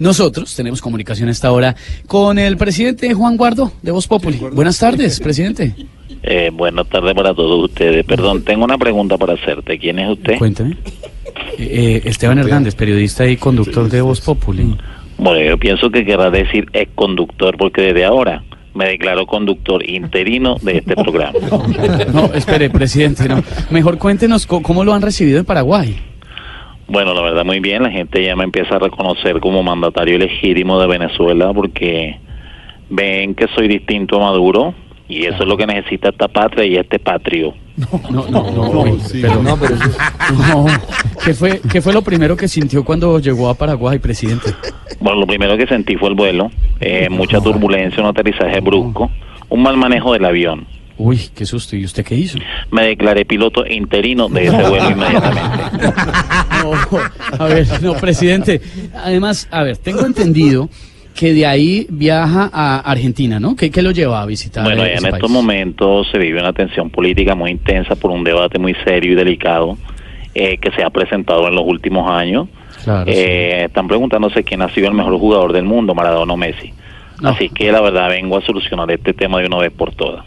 Nosotros tenemos comunicación hasta ahora con el presidente Juan Guardo de Voz Populi. Buenas tardes, presidente. Eh, buenas tardes para todos ustedes. Perdón, tengo una pregunta para hacerte. ¿Quién es usted? Cuéntame. Eh, eh, Esteban Hernández, periodista y conductor de Voz Populi. Bueno, yo pienso que querrá decir ex conductor porque desde ahora me declaro conductor interino de este programa. No, espere, presidente. no. Mejor cuéntenos co- cómo lo han recibido en Paraguay. Bueno, la verdad muy bien, la gente ya me empieza a reconocer como mandatario legítimo de Venezuela porque ven que soy distinto a Maduro y eso es lo que necesita esta patria y este patrio. No, no, no. oye, pero, no, ¿Qué fue, ¿Qué fue lo primero que sintió cuando llegó a Paraguay, presidente? Bueno, lo primero que sentí fue el vuelo, eh, mucha turbulencia, un aterrizaje brusco, un mal manejo del avión. Uy, qué susto. ¿Y usted qué hizo? Me declaré piloto interino de ese vuelo inmediatamente. No, a ver, no, presidente. Además, a ver, tengo entendido que de ahí viaja a Argentina, ¿no? ¿Qué, qué lo lleva a visitar? Bueno, ese ya en país? estos momentos se vive una tensión política muy intensa por un debate muy serio y delicado eh, que se ha presentado en los últimos años. Claro, sí. Eh, Están preguntándose quién ha sido el mejor jugador del mundo, Maradona o Messi. No. Así que la verdad vengo a solucionar este tema de una vez por todas,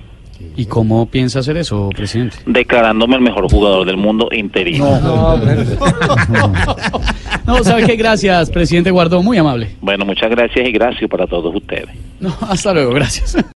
¿Y cómo piensa hacer eso, presidente? declarándome el mejor jugador del mundo interino. No, ¿sabe qué? Gracias, presidente Guardó, muy amable. Bueno, muchas gracias y gracias para todos ustedes. No, hasta luego, gracias.